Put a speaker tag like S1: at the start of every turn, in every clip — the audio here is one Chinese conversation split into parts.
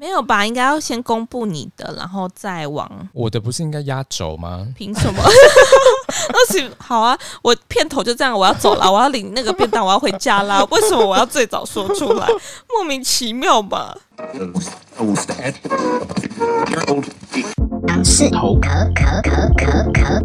S1: 没有吧？应该要先公布你的，然后再往
S2: 我的不是应该压轴吗？
S1: 凭什 么？那是好啊！我片头就这样，我要走了，我要领那个便当，我要回家 啦。为什么我要最早说出来？莫名其妙吧？
S3: 是头壳壳壳壳壳。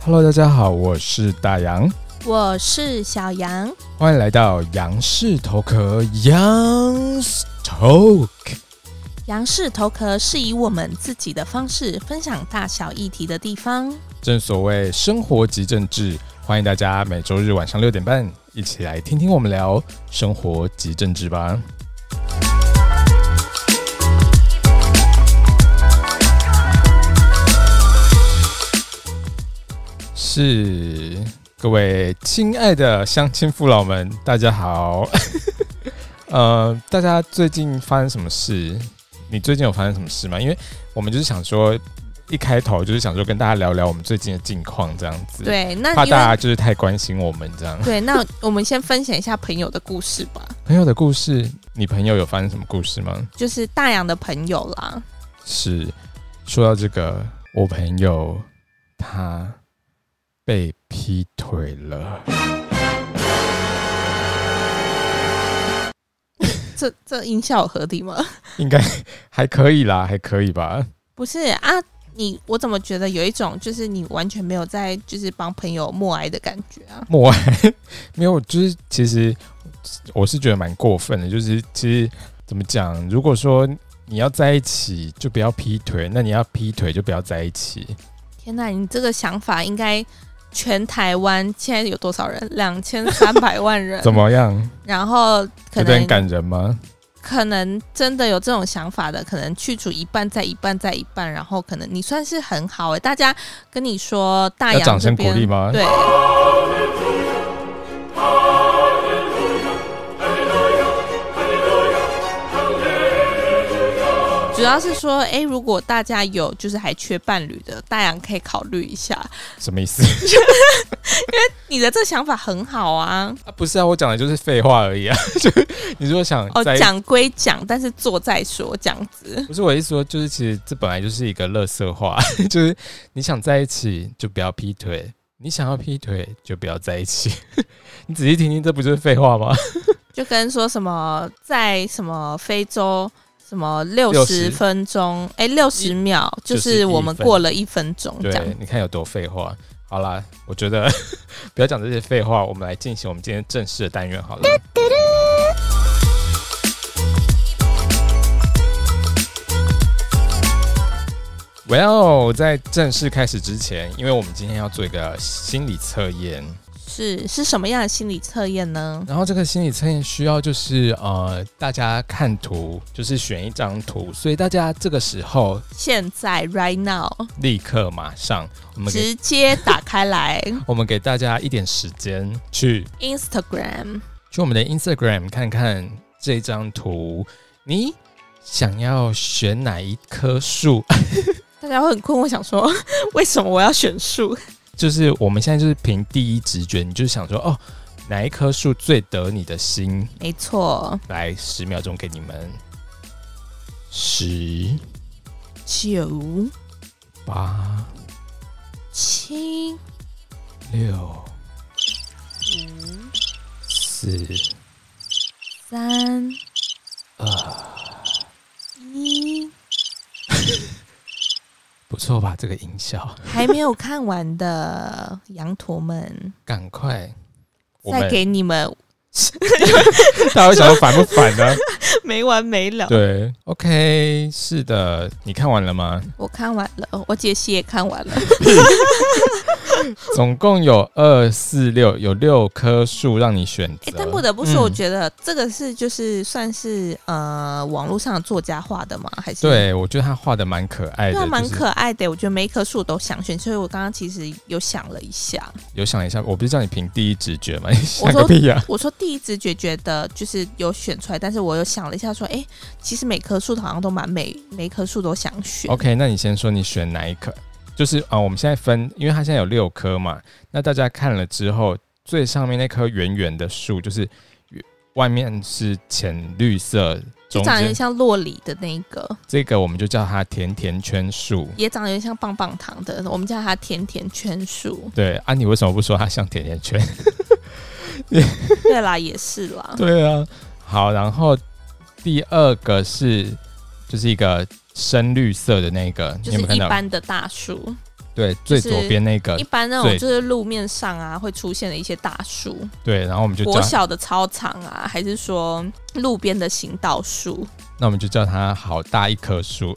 S2: Hello，大家好，我是大杨，
S1: 我是小杨，
S2: 欢迎来到杨氏头壳 Young's Talk。
S1: 杨氏头壳是以我们自己的方式分享大小议题的地方。
S2: 正所谓生活即政治，欢迎大家每周日晚上六点半一起来听听我们聊生活及政治吧。是各位亲爱的乡亲父老们，大家好。 呃，大家最近发生什么事？你最近有发生什么事吗？因为我们就是想说，一开头就是想说跟大家聊聊我们最近的近况，这样子。，
S1: 对，那
S2: 怕
S1: 因为
S2: 大家就是太关心我们这样。
S1: 对，那我们先分享一下朋友的故事吧，
S2: 朋友的故事，你朋友有发生什么故事吗？
S1: 就是大洋的朋友啦。
S2: 是，说到这个，我朋友他被劈腿了。
S1: 这这音效有合理吗？
S2: 应该还可以啦，还可以吧？
S1: 不是啊，你我怎么觉得有一种就是你完全没有在就是帮朋友默哀的感觉啊？
S2: 默哀没有，就是其实我是觉得蛮过分的，就是其实怎么讲，如果说你要在一起，就不要劈腿；那你要劈腿，就不要在一起。
S1: 天呐，你这个想法应该全台湾现在有多少人？两千三百万人，
S2: 怎么样？
S1: 然后呃可
S2: 觉得很
S1: 能
S2: 感人吗？
S1: 可能真的有这种想法的，可能去除一半，再一半，再一半，然后可能你算是很好诶、大家跟你说大
S2: 要
S1: 洋
S2: 掌声
S1: 这边
S2: 鼓励吗
S1: 对。主要是说，诶，如果大家有就是还缺伴侣的，大洋可以考虑一下。
S2: 什么 意思？
S1: 你的这个想法很好啊，
S2: 啊不是啊，我讲的就是废话而已啊。 就是你如果想
S1: 哦
S2: 在，一起，
S1: 讲归讲，但是做再说这样子。
S2: 不是我意思说，就是其实这本来就是一个乐色话， 就是你想在一起就不要劈腿，你想要劈腿就不要在一起。 你仔细听听，这不就是废话吗？
S1: 就跟说什么在什么非洲什么六十
S2: 60
S1: 分钟，哎、六十秒，就
S2: 就是
S1: 是我们
S2: 一分
S1: 过了一分钟这样
S2: 对，。你看有多废话。好啦，我觉得 不要讲这些废话，我们来进行我们今天正式的单元好了。Well，在正式开始之前，因为我们今天要做一个心理测验，
S1: 是是什么样的心理测验呢？
S2: 然后这个心理测验需要就是呃，大家看图，就是选一张图，所以大家这个时候
S1: 现在 right now，
S2: 立刻马上，我们给
S1: 直接打开 来
S2: 我们给大家一点时间去
S1: Instagram，
S2: 去我们的 Instagram 看看这张图，你想要选哪一棵树？
S1: 大家会很困惑，想说 为什么我要选树？
S2: 就是我们现在就是凭第一直觉，你就想说哦，哪一棵树最得你的心？
S1: 没错，
S2: 来，十秒钟给你们，十
S1: 九
S2: 八
S1: 七
S2: 六四
S1: 三
S2: 二，
S1: 一，
S2: 不错吧？这个音效，
S1: 还没有看完的羊驼们，
S2: 赶快，我
S1: 再
S2: 们
S1: 给你们
S2: 大家会想说烦不烦呢？
S1: 没完没了。
S2: 对，OK，是的，你看完了吗？
S1: 我看完了，我解析也看完 了。
S2: 总共有二四六，有六棵树让你选择。
S1: 诶但不得不说，
S2: 嗯
S1: 我觉得这个是就是算是呃网络上的作家画的吗？还是，
S2: 对我觉得他画的蛮可爱
S1: 对啊，
S2: 的，
S1: 蛮
S2: 就是
S1: 可爱的。我觉得每一棵树都想选，所以我刚刚其实有想了一下，
S2: 有想一下，我不是叫你凭第一直觉吗？你想
S1: 说
S2: 个屁呀、啊
S1: 我说第一直觉觉得就是有选出来，但是我有想想了一下，说，哎、其实每棵树好像都蛮美，每一棵树都想选。
S2: OK，那你先说你选哪一棵？就是啊、呃我们现在分，因为它现在有六棵嘛，那大家看了之后，最上面那棵圆圆的树，就是外面是浅绿色，
S1: 就
S2: 中
S1: 长得有点
S2: 间
S1: 像洛里的那一个，
S2: 这个我们就叫它甜甜圈树。。
S1: 也长得有点像棒棒糖的，我们叫它甜甜圈树
S2: 对啊，你为什么不说它像甜甜圈？
S1: 对啦，也是啦。
S2: 对啊，好，然后第二个是就是一个深绿色的那个，
S1: 就
S2: 你有
S1: 是
S2: 没有看
S1: 一
S2: 到？
S1: 般的大树，
S2: 对，最左边那个，
S1: 一般那种
S2: 对
S1: 就是路面上啊会出现的一些大树，
S2: 对，然后我们就
S1: 国
S2: 叫，
S1: 小的操场啊，还是说路边的行道树？
S2: 那我们就叫它好大一 棵树，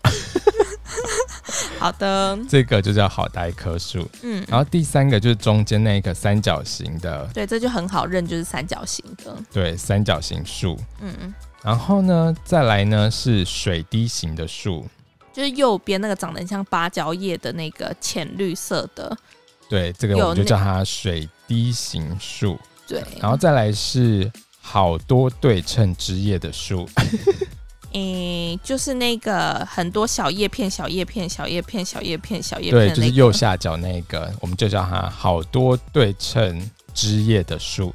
S1: 好的，
S2: 这个就叫好大一棵树。
S1: 嗯，
S2: 然后第三个就是中间那个三角形的，
S1: 对，这就很好认，就是三角形的，
S2: 对，三角形树。
S1: 嗯，
S2: 然后呢，再来呢是水滴形的树，
S1: 就是右边那个长得很像芭蕉叶的那个浅绿色的，
S2: 对，这个
S1: 有
S2: 我们就
S1: 那
S2: 叫它水滴形树。
S1: 对，
S2: 然后再来是好多对称枝叶的树，
S1: 诶、就是那个很多小叶片、小叶片、小叶片、小叶片、小叶片
S2: 对，
S1: 的
S2: 就
S1: 那
S2: 是
S1: 个
S2: 右下角那个，我们就叫它好多对称枝叶的树。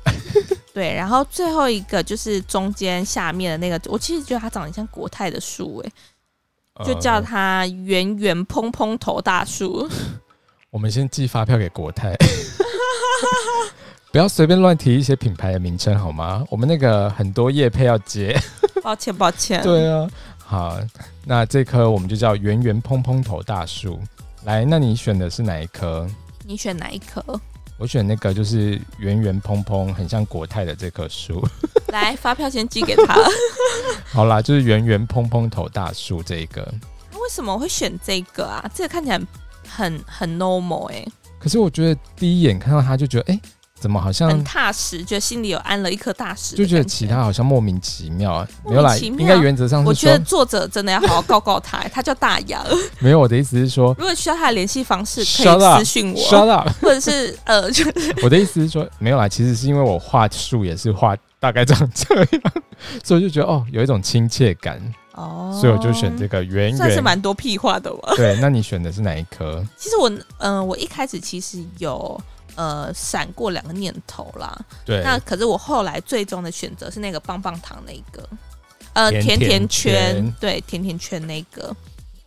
S1: 对，然后最后一个就是中间下面的那个，我其实觉得它长得像国泰的树、诶， 就叫
S2: 呃
S1: 它圆圆蓬蓬头大树。
S2: 我们先寄发票给国泰， 不要随便乱提一些品牌的名称好吗？我们那个很多叶配要 接。
S1: 抱歉，抱歉，
S2: 对啊，好，那这棵我们就叫圆圆蓬蓬头大树。来，那你选的是哪一棵？
S1: 你选哪一棵？
S2: 我选那个就是圆圆蓬蓬，很像国泰的这棵树。
S1: 来，发票先寄给他。
S2: 好啦，就是圆圆蓬蓬头大树这一个。
S1: 为什么会选这个啊？这个看起来很很 normal 哎、
S2: 可是我觉得第一眼看到它就觉得，哎、怎么好像
S1: 很踏实，觉得心里有安了一颗大石。
S2: 嗯就觉得其他，好像莫名其妙啊？
S1: 莫
S2: 没有啦，
S1: 名其妙
S2: 应该原则上
S1: 我
S2: 是
S1: 觉得
S2: 说
S1: 作者真的要好好告告他欸，他叫大洋。
S2: 没有。我的意思是说
S1: 如果需要他的联系方式，可
S2: Shut
S1: 以
S2: up
S1: 私讯我，
S2: ，shut up。
S1: 或者是呃，就是
S2: 我的意思是说没有啦，其实是因为我画树也是画大概长这样，所以我就觉得哦，有一种亲切感。
S1: 哦
S2: 所以我就选这个圆圆。
S1: 算是蛮多屁话的吧。
S2: 对，那你选的是哪一颗？
S1: 其实我，嗯、我一开始其实有呃闪过两个念头啦。
S2: 对，
S1: 那可是我后来最终的选择是那个棒棒糖那一个，呃，甜
S2: 甜甜
S1: 甜
S2: 圈嗯
S1: 圈，对，甜甜圈那个，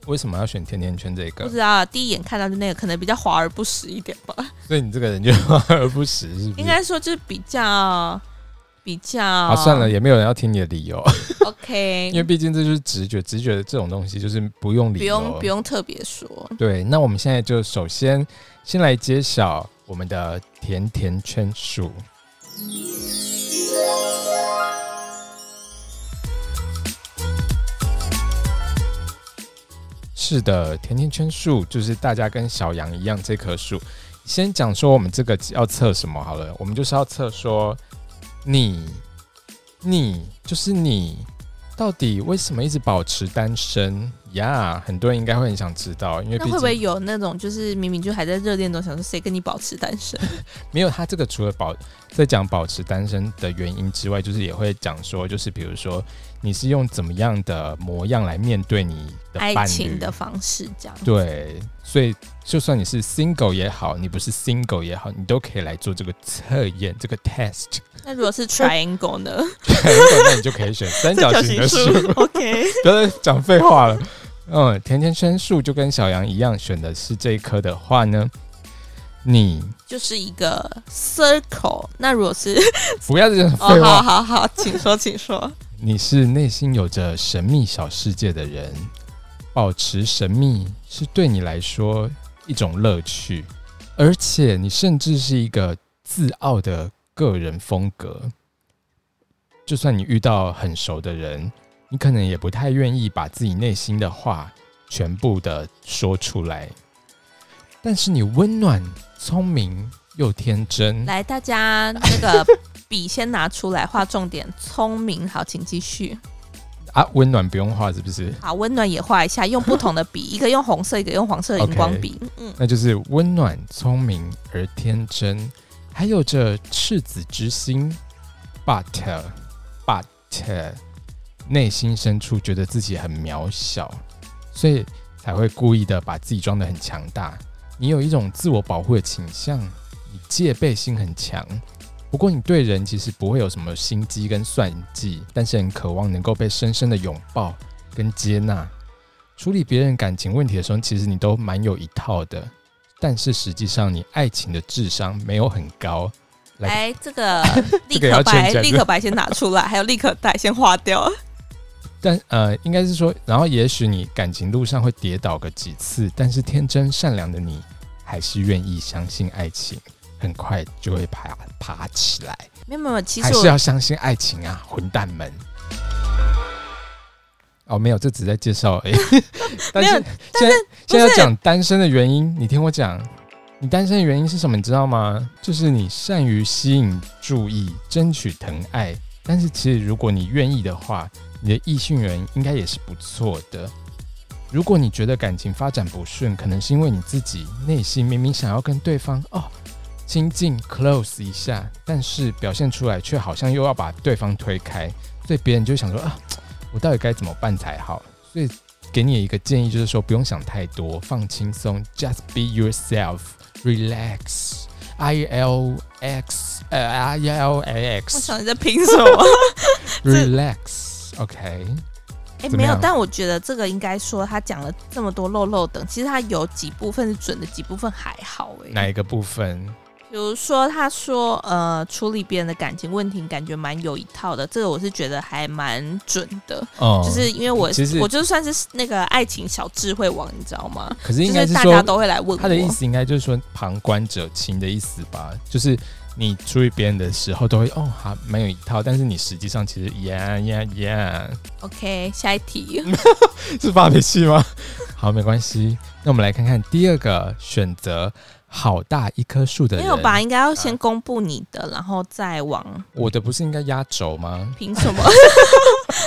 S2: 为什么要选甜甜圈这
S1: 不
S2: 个
S1: 知？道啊第一眼看到就那个，可能比较华而不实一点吧。
S2: 所以你这个人就 而不实，是不是？
S1: 应该说就是比较比较，
S2: 好，啊算了，也没有人要听你的理由，啊因为哦
S1: ，OK，
S2: 毕竟这就是直觉，直觉这种东西就是不用
S1: 不
S2: 理由。
S1: 用不用特别说，
S2: 对，那我们现在就首先先来揭晓我们的甜甜圈数。是的，甜甜圈树就是大家跟小羊一样这棵树。先讲说我们这个要测什么好了，我们就是要测说你，你就是你，到底为什么一直保持单身呀很多人应该会很想知道，因为
S1: 那会
S2: 毕竟
S1: 不会有那种就是明明就还在热恋中，想说谁跟你保持单身？
S2: 没有，他这个除了保在讲保持单身的原因之外，就是也会讲说，就是比如说你是用怎么样的模样来面对你的
S1: 爱
S2: 伴侣
S1: 情的方式这样。
S2: 对，所以就算你是 single 也好，你不是 single 也好，你都可以来做这个测验，这个 test。
S1: 那如果是 triangle 呢？
S2: 那你就可以选三角形的
S1: 三
S2: 数
S1: 角。形 OK，
S2: 不要再讲废话了。嗯，甜甜圈数就跟小羊一样，选的是这一颗的话呢，你
S1: 就是一个 circle。那如果是
S2: 不要再讲
S1: 哦
S2: 废，话
S1: 好。好好，请说，请说。
S2: 你是内心有着神秘小世界的人，保持神秘是对你来说一种乐趣，而且你甚至是一个自傲的个人风格。就算你遇到很熟的人，你可能也不太愿意把自己内心的话全部的说出来。但是你温暖、聪明又天 真，
S1: 来，大家那 个笔先拿出来，画重点。聪明，好，请继续。
S2: 啊，温暖不用画是不是？
S1: 好，温暖也画一下，用不同的笔，一个用红色，一个用黄色的荧光
S2: OK
S1: 笔。嗯，
S2: 那就是温暖、聪明而天真，还有着赤子之心。But but 内心深处觉得自己很渺小，所以才会故意的把自己装得很强大。你有一种自我保护的倾向，你戒备心很强。不过你对人其实不会有什么心机跟算计，但是很渴望能够被深深的拥抱跟接纳。处理别人感情问题的时候，其实你都蛮有一套的，但是实际上你爱情的智商没有很高。来
S1: 哎，这个立
S2: 这个要
S1: 可白
S2: 劝架
S1: 立可白先拿出 来，还有立可带先划掉。
S2: 但呃，应该是说，然后也许你感情路上会跌倒个几次，但是天真善良的你还是愿意相信爱情，很快就会爬爬起来。
S1: 没有没有，其
S2: 还
S1: 实
S2: 是
S1: 我
S2: 要相信爱情啊，混蛋们！哦，没有，这只是在介绍 而已。但
S1: 没有
S2: 是现在现在要讲单身的原因，你听我讲，你单身的原因是什么？你知道吗？就是你善于吸引注意，争取疼爱。但是其实如果你愿意的话，你的异性缘应该也是不错的。如果你觉得感情发展不顺，可能是因为你自己内心明明想要跟对方哦亲近 close 一下，但是表现出来却好像又要把对方推开，所以别人就想说啊，我到底该怎么办才好？所以给你一个建议，就是说不用想太多，放轻松，just be yourself，relax。I L X 呃 I L A
S1: 我
S2: X
S1: 想你在拼什 么？
S2: relax，OK，、
S1: 哎，
S2: 怎么
S1: 没有
S2: 样，
S1: 但我觉得这个应该说他讲了这么多漏漏等，其实他有几部分是准的，几部分还好哎、
S2: 哪一个部分？
S1: 比如说，他说，呃，处理别人的感情问题，感觉蛮有一套的。这个我是觉得还蛮准的，
S2: 哦、
S1: 就是因为我，
S2: 其实
S1: 我就算是那个爱情小智慧王，你知道吗？
S2: 可是
S1: 就
S2: 应该
S1: 是
S2: 是
S1: 大
S2: 说
S1: 家都会来问我。
S2: 他的意思应该就是说旁观者清的意思吧，就是你注意别人的时候都会哦，还蛮有一套，但是你实际上其实呀呀呀
S1: OK，下一题，
S2: 是发脾气吗？ 好，没关系。那我们来看看第二个选择，好大一棵树的
S1: 没
S2: 人。
S1: 有吧？应该要先公布你的，然后再往
S2: 我的不是应该压轴吗？
S1: 凭什么？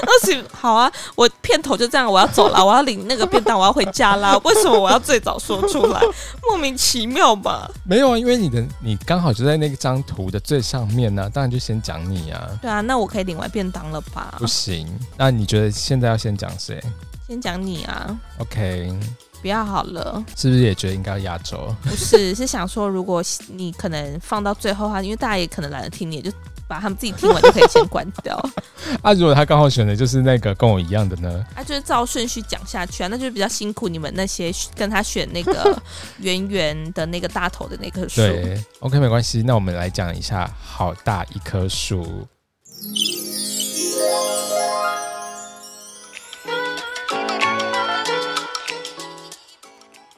S1: 那行好啊，我片头就这样，我要走了，我要领那个便当，我要回家啦。为什么我要最早说出来？莫名其妙吧？
S2: 没有啊，因为你的你刚好就在那张图的最上面呢、当然就先讲你啊。
S1: 对啊，那我可以领完便当了吧？
S2: 不行，那你觉得现在要先讲谁
S1: 先讲你啊。
S2: ？OK，
S1: 不要好了，
S2: 是不是也觉得应该要压轴？
S1: 不是，是想说，如果你可能放到最后的话，因为大家也可能懒得听，你也就把他们自己听完就可以先关 掉，
S2: 啊，如果他刚好选的就是那个跟我一样的呢？
S1: 啊，就是照顺序讲下去啊，那就是比较辛苦你们那些跟他选那个圆圆的那个大头的那棵树。
S2: 对，OK，没关系。那我们来讲一下，好大一棵树。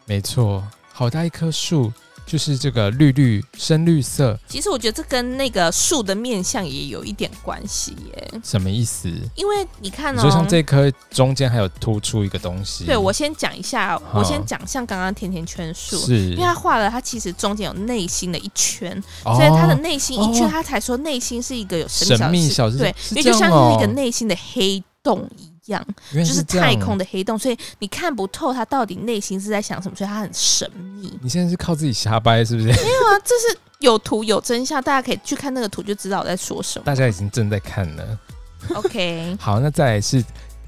S2: 没错，好大一棵树，就是这个绿绿深绿色，
S1: 其实我觉得这跟那个树的面相也有一点关系耶，
S2: 什么意思？
S1: 因为你看
S2: 你
S1: 哦、
S2: 说像这棵中间还有突出一个东西，
S1: 对我先讲一下，
S2: 好
S1: 我先讲像刚刚甜甜圈树。
S2: 是
S1: 因为他画了，它其实中间有内心的一圈，
S2: 哦
S1: 所以他的内心一圈，
S2: 哦
S1: 他才说内心是一个有
S2: 神秘小
S1: 事，
S2: 事
S1: 对，
S2: 是
S1: 因为就
S2: 这
S1: 像
S2: 样
S1: 是一个
S2: 哦
S1: 内心的黑洞一样，
S2: 原来
S1: 就是
S2: 这样哦
S1: 太空的黑洞，所以你看不透他到底内心是在想什么，所以他很神秘。
S2: 你现在是靠自己瞎掰是不 是？
S1: 没有啊，这是有图有真相，大家可以去看那个图就知道我在说 什么。
S2: 大家已经正在看了。
S1: OK，
S2: 好，那再来是呃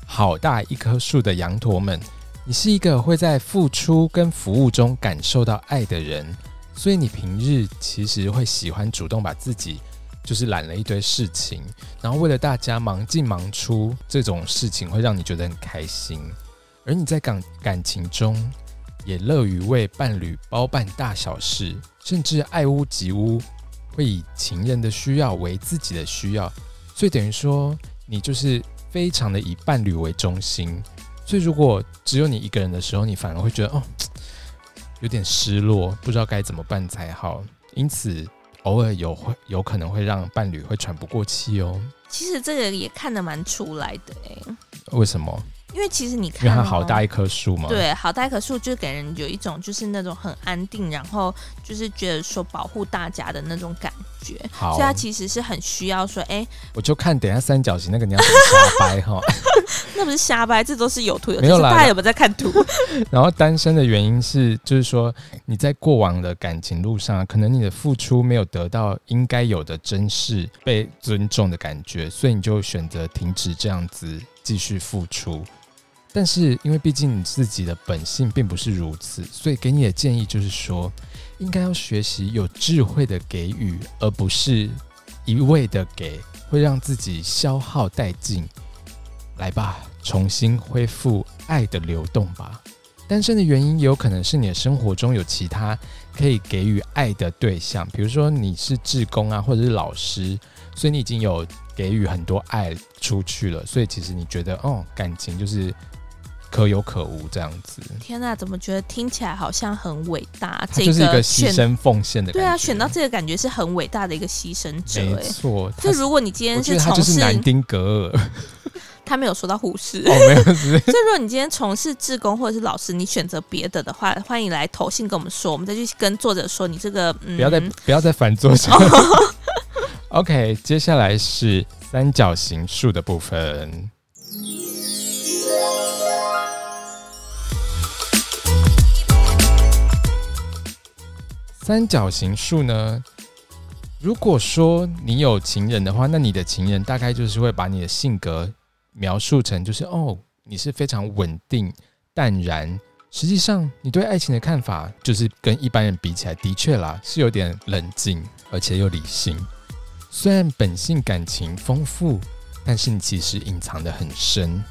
S2: 好大一棵树的羊驼们，你是一个会在付出跟服务中感受到爱的人，所以你平日其实会喜欢主动把自己就是揽了一堆事情，然后为了大家忙进忙出，这种事情会让你觉得很开心，而你在感感情中也乐于为伴侣包办大小事，甚至爱屋及乌。会以情人的需要为自己的需要，所以等于说，你就是非常的以伴侣为中心。所以如果只有你一个人的时候，你反而会觉得哦，嘖有点失落，不知道该怎么办才好。因此，偶尔有会有可能会让伴侣会喘不过气哦。
S1: 其实这个也看得蛮出来的哎、
S2: 为什么？
S1: 因为其实你
S2: 因为
S1: 看、
S2: 它
S1: 哦，
S2: 好大一棵树嘛。。
S1: 对，好大一棵树就给人有一种就是那种很安定，然后就是觉得说保护大家的那种感觉，
S2: 好
S1: 所以，他其实是很需要说，哎、
S2: 我就看等一下三角形那个你要怎么瞎掰哈。
S1: 那不是瞎掰，这都是有图有真，
S2: 没有
S1: 是
S2: 啦
S1: 大家有没有在看图？
S2: 然后单身的原因是，就是说你在过往的感情路上啊，可能你的付出没有得到应该有的珍视、被尊重的感觉，所以你就选择停止这样子继续付出。但是，因为毕竟你自己的本性并不是如此，所以给你的建议就是说，应该要学习有智慧的给予，而不是一味的给，会让自己消耗殆尽。来吧，重新恢复爱的流动吧。单身的原因也有可能是你的生活中有其他可以给予爱的对象，比如说你是志工啊，或者是老师，所以你已经有给予很多爱出去了，所以其实你觉得哦，感情就是可有可无这样子，
S1: 天哪、怎么觉得听起来好像很伟大？
S2: 它
S1: 这
S2: 就是一个牺
S1: 选
S2: 牲奉献的感觉。
S1: 对啊，选到这个感觉是很伟大的一个牺牲者
S2: 没
S1: 哎、
S2: 错，
S1: 就
S2: 他
S1: 如果你今
S2: 我
S1: 天
S2: 觉得他
S1: 从
S2: 就是
S1: 事，
S2: 南丁格尔
S1: 他没有说到护士，
S2: 哦，没有，只是
S1: 所以，如果你今天从事志工或者是老师，你选择别的的话，欢迎来投信跟我们说，我们再去跟作者说你这个。嗯、
S2: 不要再不要再反作用。OK，接下来是三角形数的部分。三角形数呢？如果说你有情人的话，那你的情人大概就是会把你的性格描述成就是哦，你是非常稳定、淡然。实际上，你对爱情的看法就是跟一般人比起来，的确啦是有点冷静，而且又理性。虽然本性感情丰富，但是你其实隐藏的很深，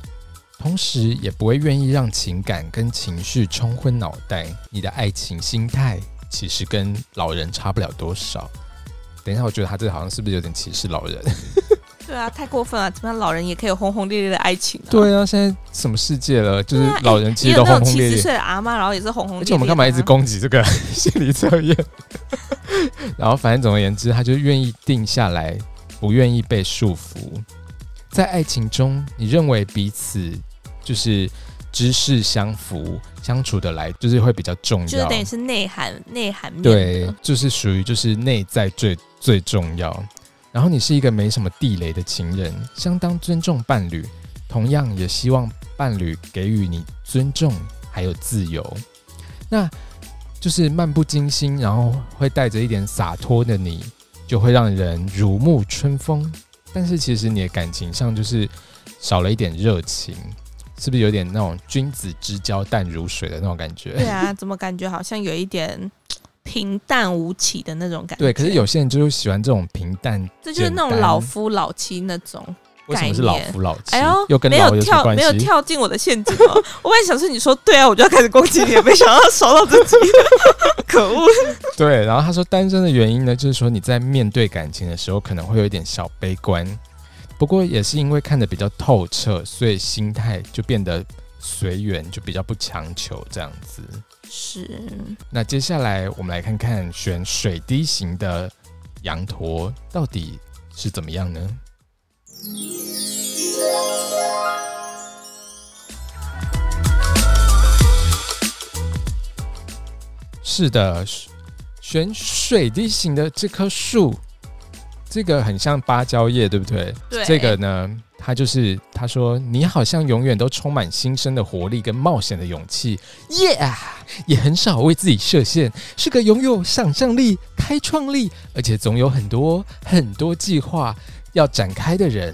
S2: 同时也不会愿意让情感跟情绪冲昏脑袋。你的爱情心态其实跟老人差不了多少。等一下，我觉得他这好像是不是有点歧视老人？
S1: 对啊，太过分了！怎么样，老人也可以有轰轰烈烈的爱情、啊？
S2: 对啊，现在什么世界了？就是
S1: 对啊，
S2: 老人
S1: 哎
S2: 其
S1: 也
S2: 实
S1: 有
S2: 都
S1: 那
S2: 轰
S1: 种
S2: 轰
S1: 七
S2: 烈烈
S1: 十。岁的阿妈，然后也是轰轰烈烈、啊。
S2: 而且我们干嘛一直攻击这个 心理测验？ 然后反正总而言之，他就愿意定下来，不愿意被束缚。在爱情中，你认为彼此就是知识相符，相处的来，就是会比较重要。
S1: 就是等于是内涵内涵面
S2: 对
S1: 的，，
S2: 就是属于就是内在最最重要。然后你是一个没什么地雷的情人，相当尊重伴侣，同样也希望伴侣给予你尊重还有自由。那就是漫不经心，然后会带着一点洒脱的你，就会让人如沐春风。但是其实你的感情上就是少了一点热情，是不是有点那种君子之交淡如水的那种感觉？
S1: 对 啊，怎么感觉好像有一点平淡无奇的那种感觉？
S2: 对，可是有些人就是喜欢这种平淡，
S1: 这就是那种
S2: 简单
S1: 老夫老妻那种。
S2: 为什么是老夫老妻？
S1: 哎呦，
S2: 又跟
S1: 没
S2: 老
S1: 有
S2: 有什
S1: 跳
S2: 么关
S1: 没有
S2: 系？
S1: 跳进我的陷阱哦。 我本来想说你说对啊，我就要开始攻击你，没想到烧到自己， 可恶！
S2: 对，然后他说单身的原因呢，就是说你在面对感情的时候可能会有一点小悲观，不过也是因为看得比较透彻，所以心态就变得随缘，就比较不强求这样子。
S1: 是
S2: 那接下来我们来看看选水滴型的羊驼到底是怎么样呢？是的，选水滴型的这棵树，这个很像芭蕉叶，对不对？
S1: 对
S2: 这个呢，它就是他说你好像永远都充满新生的活力跟冒险的勇气，耶、yeah!！也很少为自己设限，是个拥有想象力、开创力，而且总有很多很多计划要展开的人。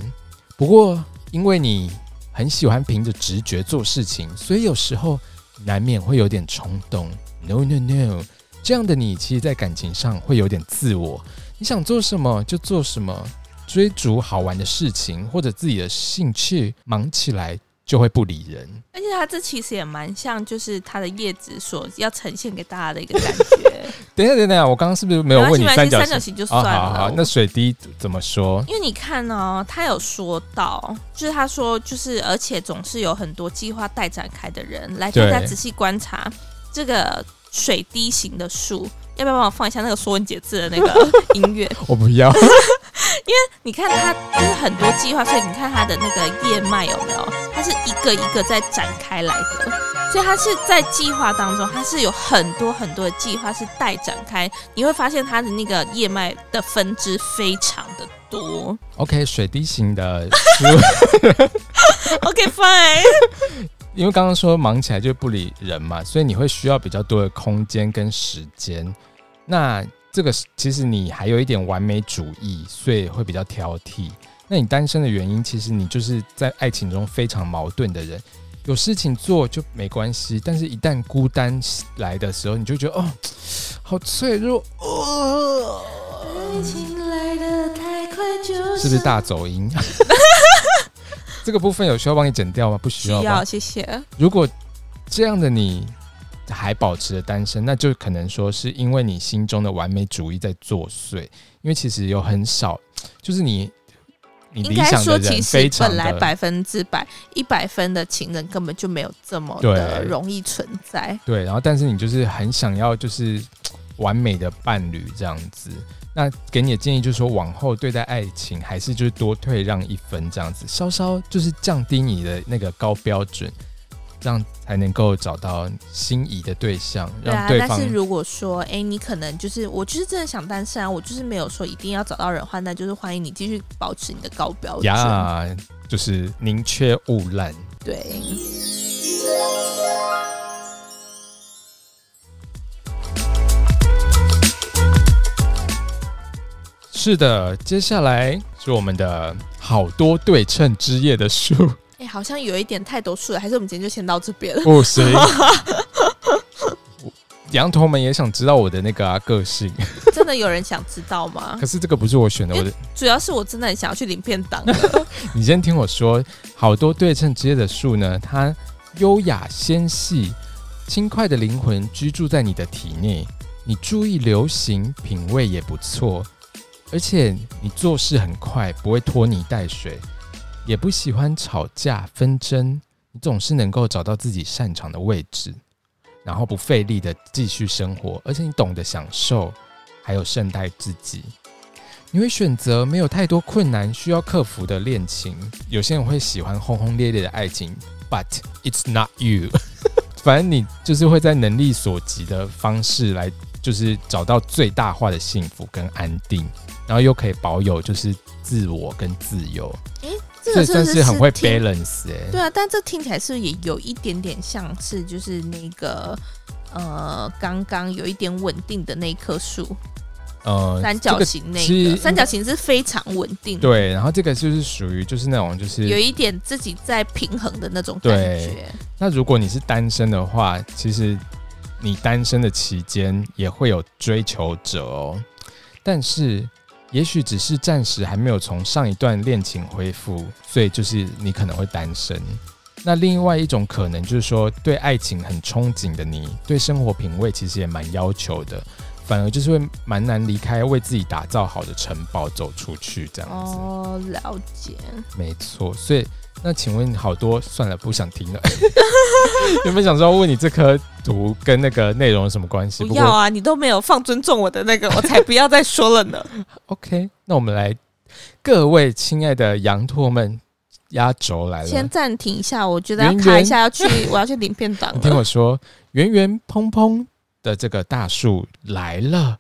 S2: 不过，因为你很喜欢凭着直觉做事情，所以有时候难免会有点冲动。No no no，这样的你其实，在感情上会有点自我，你想做什么就做什么，追逐好玩的事情或者自己的兴趣，忙起来就会不理人。
S1: 而且它这其实也蛮像，就是它的叶子所要呈现给大家的一个感 觉。
S2: 等一下，等一下，我刚刚是不是没有
S1: 然后
S2: 问
S1: 基
S2: 你
S1: 本上
S2: 三
S1: 是三
S2: 角形啊
S1: 角？形就算了。
S2: 好好，那水滴怎么说？
S1: 因为你看哦，他有说到，就是他说，就是而且总是有很多计划待展开的人，来
S2: 对
S1: 大家仔细观察这个水滴型的树。要不要帮我放一下那个《说文解字》的那个音乐？
S2: 我不要。
S1: 你看它就是很多计划，所以你看它的那个叶脉有没有？它是一个一个在展开来的，所以它是在计划当中，它是有很多很多的计划是待展开。你会发现它的那个叶脉的分支非常的多。
S2: OK，水滴型的书，
S1: OK fine。
S2: 因为刚刚说忙起来就不理人嘛，所以你会需要比较多的空间跟时间。那这个是其实你还有一点完美主义，所以会比较挑剔。那你单身的原因，其实你就是在爱情中非常矛盾的人。有事情做就没关系，但是一旦孤单来的时候，你就觉得哦，好脆弱，哦，
S1: 爱情来的太快，就是
S2: 不是大走音？ 这个部分有需要帮你剪掉吗？不需
S1: 需
S2: 要吧。
S1: 要？谢谢。
S2: 如果这样的你还保持着单身，那就可能说是因为你心中的完美主义在作祟。因为其实有很少，就是你你
S1: 应
S2: 理
S1: 该
S2: 想
S1: 说，
S2: 的
S1: 其
S2: 人
S1: 实
S2: 非常
S1: 本来
S2: 的
S1: 百分之百一百分的情人根本就没有这么
S2: 对啊
S1: 的容易存在。
S2: 对，然后但是你就是很想要就是完美的伴侣这样子。那给你的建议就是说，往后对待爱情还是就是多退让一分这样子，稍稍就是降低你的那个高标准，这样才能够找到心仪的对象，
S1: 对
S2: 让
S1: 啊，
S2: 对
S1: 但
S2: 方
S1: 是如果说，哎、你可能就是我就是真的想单身啊，我就是没有说一定要找到人的话，那就是欢迎你继续保持你的高标准。
S2: 呀就是宁缺毋滥。
S1: 对，
S2: 是的，接下来是我们的好多对称之夜的书，
S1: 哎、好像有一点太多数了，还是我们今天就先到这 边了。
S2: 不行。羊头们也想知道我的那个、啊、个性，
S1: 真的有人想知道吗
S2: 可？是这个不是我选的，我的。
S1: 主要是我真的很想要去领便当 了。
S2: 你先听我说，好多对称之夜的树呢，它优雅纤细、轻快的灵魂居住在你的体内。你注意流行，品味也不错，而且你做事很快，不会拖泥带水，也不喜欢吵架纷争。你总是能够找到自己擅长的位置，然后不费力的继续生活，而且你懂得享受，还有善待自己。你会选择没有太多困难需要克服的恋情。有些人会喜欢轰轰烈烈的爱情，but it's not you 。 反正你就是会在能力所及的方式来，就是找到最大化的幸福跟安定，然后又可以保有就是自我跟自由，
S1: 这个
S2: 算
S1: 真的
S2: 是很会
S1: 听
S2: balance 哎、
S1: 对啊，但这听起来是不是也有一点点像是就是那个呃，刚刚有一点稳定的那一棵树，
S2: 呃，
S1: 三角形那一
S2: 这
S1: 个，
S2: 个是
S1: 三角形是非常稳定的，
S2: 对，然后这个就是属于就是那种就是
S1: 有一点自己在平衡的那种感
S2: 对
S1: 觉。
S2: 那如果你是单身的话，其实你单身的期间也会有追求者哦，但是也许只是暂时还没有从上一段恋情恢复，所以就是你可能会单身。那另外一种可能就是说，对爱情很憧憬的你，对生活品味其实也蛮要求的，反而就是会蛮难离开为自己打造好的城堡走出去这样子。
S1: 哦，了解。
S2: 没错，所以那请问好多算了，不想听了。 原本想说问你这颗图跟那个内容有什么关系？
S1: 不要啊，你都没有放尊重我的那个，我才不要再说了 呢。
S2: OK，那我们来，各位亲爱的羊驼们，压轴来
S1: 先
S2: 了。
S1: 暂停一下，我觉得要
S2: 圆圆
S1: 卡一下，要 去我要去领便当
S2: 你听
S1: 了。
S2: 我说，圆圆蓬蓬的这个大树来了。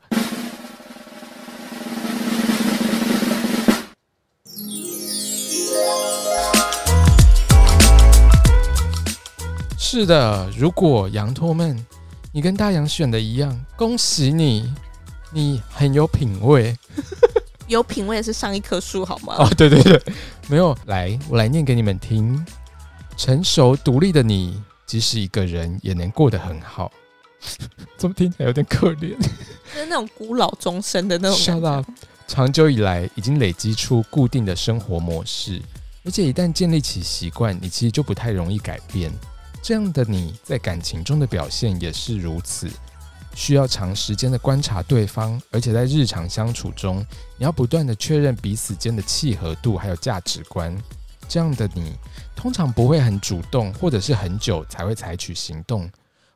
S2: 是的，如果羊驼们，你跟大羊选的一样，恭喜你，你很有品味
S1: 有品味是上一棵树好吗？
S2: 哦。对对对， 没有，来，我来念给你们听。成熟独立的你，即使一个人也能过得很好。 怎么听起来有点可怜？
S1: 就是那种孤老终生的那种感
S2: Shut
S1: 觉
S2: up。长久以来已经累积出固定的生活模式，而且一旦建立起习惯，你其实就不太容易改变。这样的你在感情中的表现也是如此，需要长时间的观察对方，而且在日常相处中，你要不断的确认彼此间的契合度还有价值观。这样的你通常不会很主动，或者是很久才会采取行动，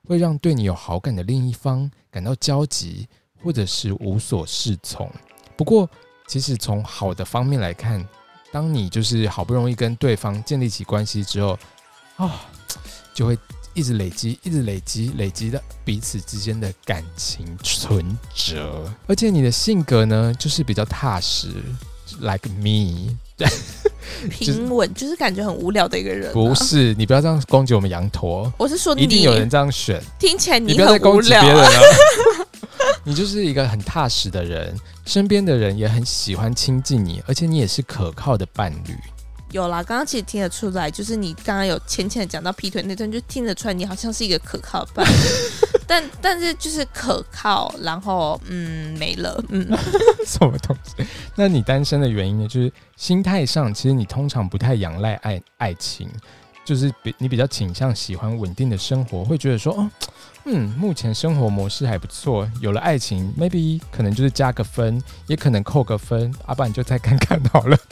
S2: 会让对你有好感的另一方感到焦急，或者是无所适从。不过，其实从好的方面来看，当你就是好不容易跟对方建立起关系之后，啊、就会一直累积，一直累积，累积的彼此之间的感情存折。而且你的性格呢，就是比较踏实，like me。
S1: 平稳，就是感觉很无聊的一个人、啊。
S2: 不是，你不要这样攻击我们羊驼，
S1: 哦我是说你
S2: 一定有人这样选。
S1: 听起来
S2: 你
S1: 你
S2: 不要再
S1: 很无
S2: 攻击别
S1: 聊
S2: 人
S1: 啊，
S2: 了。你就是一个很踏实的人，身边的人也很喜欢亲近你，而且你也是可靠的伴侣。
S1: 有啦，刚刚其实听得出来，就是你刚刚有浅浅地讲到劈腿那段，就听得出来你好像是一个可靠的伴 侣，但但是就是可靠，然后嗯没了，嗯，
S2: 什么东西？那你单身的原因呢？就是心态上，其实你通常不太仰赖爱爱情，就是比你比较倾向喜欢稳定的生活，会觉得说，哦，嗯，目前生活模式还不错，有了爱情，maybe 可能就是加个分，也可能扣个分，阿、啊、爸你就再看看好了。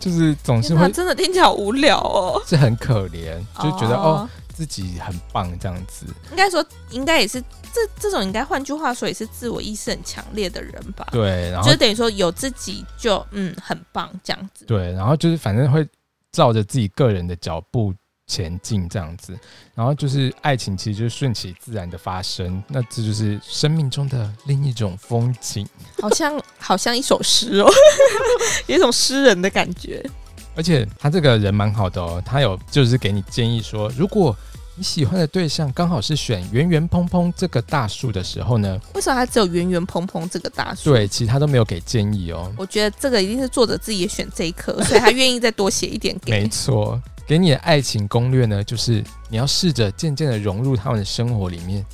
S2: 就是总是
S1: 天哪，
S2: 会
S1: 真的听起来好无聊哦，
S2: 是很可怜，就觉得哦，自己很棒这样子。
S1: 应该说应该也是这这种应该换句话说也是自我意识很强烈的人吧，
S2: 对，然后
S1: 就是等于说有自己就嗯很棒这样子，
S2: 对，然后就是反正会照着自己个人的脚步前进这样子，然后就是爱情其实就是顺其自然的发生，那这就是生命中的另一种风景。
S1: 好像好像一首诗哦， 有一种诗人的感觉。
S2: 而且他这个人蛮好的哦，他有就是给你建议说，如果你喜欢的对象刚好是选圆圆蓬蓬这个大树的时候呢，
S1: 为什么它只有圆圆蓬蓬这个大树？
S2: 对，其实他都没有给建议哦。
S1: 我觉得这个一定是作者自己也选这一科， 所以他愿意再多写一点给
S2: 没
S1: 你。
S2: 错，给你的爱情攻略呢，就是你要试着渐渐的融入他们的生活里面，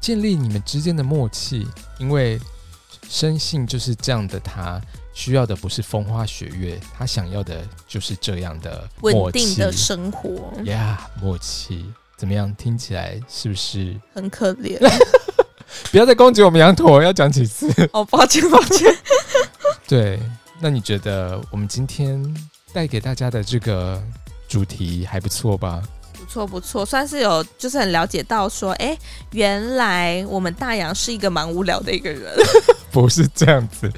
S2: 建立你们之间的默契，因为生性就是这样的他。需要的不是风花雪月，他想要的就是这样的默
S1: 稳
S2: 契
S1: 定的生活
S2: 呀默契怎么样？听起来是不是？
S1: 很可怜
S2: 不要再攻击我们羊驼，要讲几次？
S1: 哦，抱歉抱歉。
S2: 对，那你觉得我们今天带给大家的这个主题还不错吧？
S1: 不错不错，算是有就是很了解到说，哎，原来我们大洋是一个蛮无聊的一个人。
S2: 不是这样子。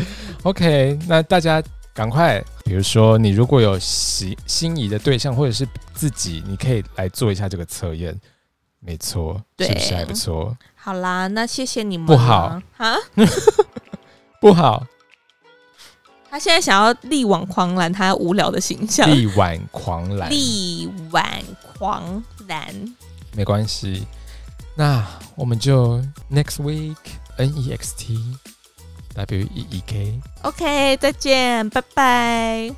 S2: OK，那大家赶快，比如说你如果有喜心仪的对象，或者是自己，你可以来做一下这个测验。没错，
S1: 对
S2: 是不是还不错？
S1: 好啦，那谢谢你们。
S2: 不好
S1: 啊，
S2: 不好，
S1: 他现在想要力挽狂澜，他无聊的形象。
S2: 力挽狂澜，
S1: 力挽狂澜，
S2: 没关系。那我们就 next week N E X T W E E K。
S1: OK，再见，拜拜。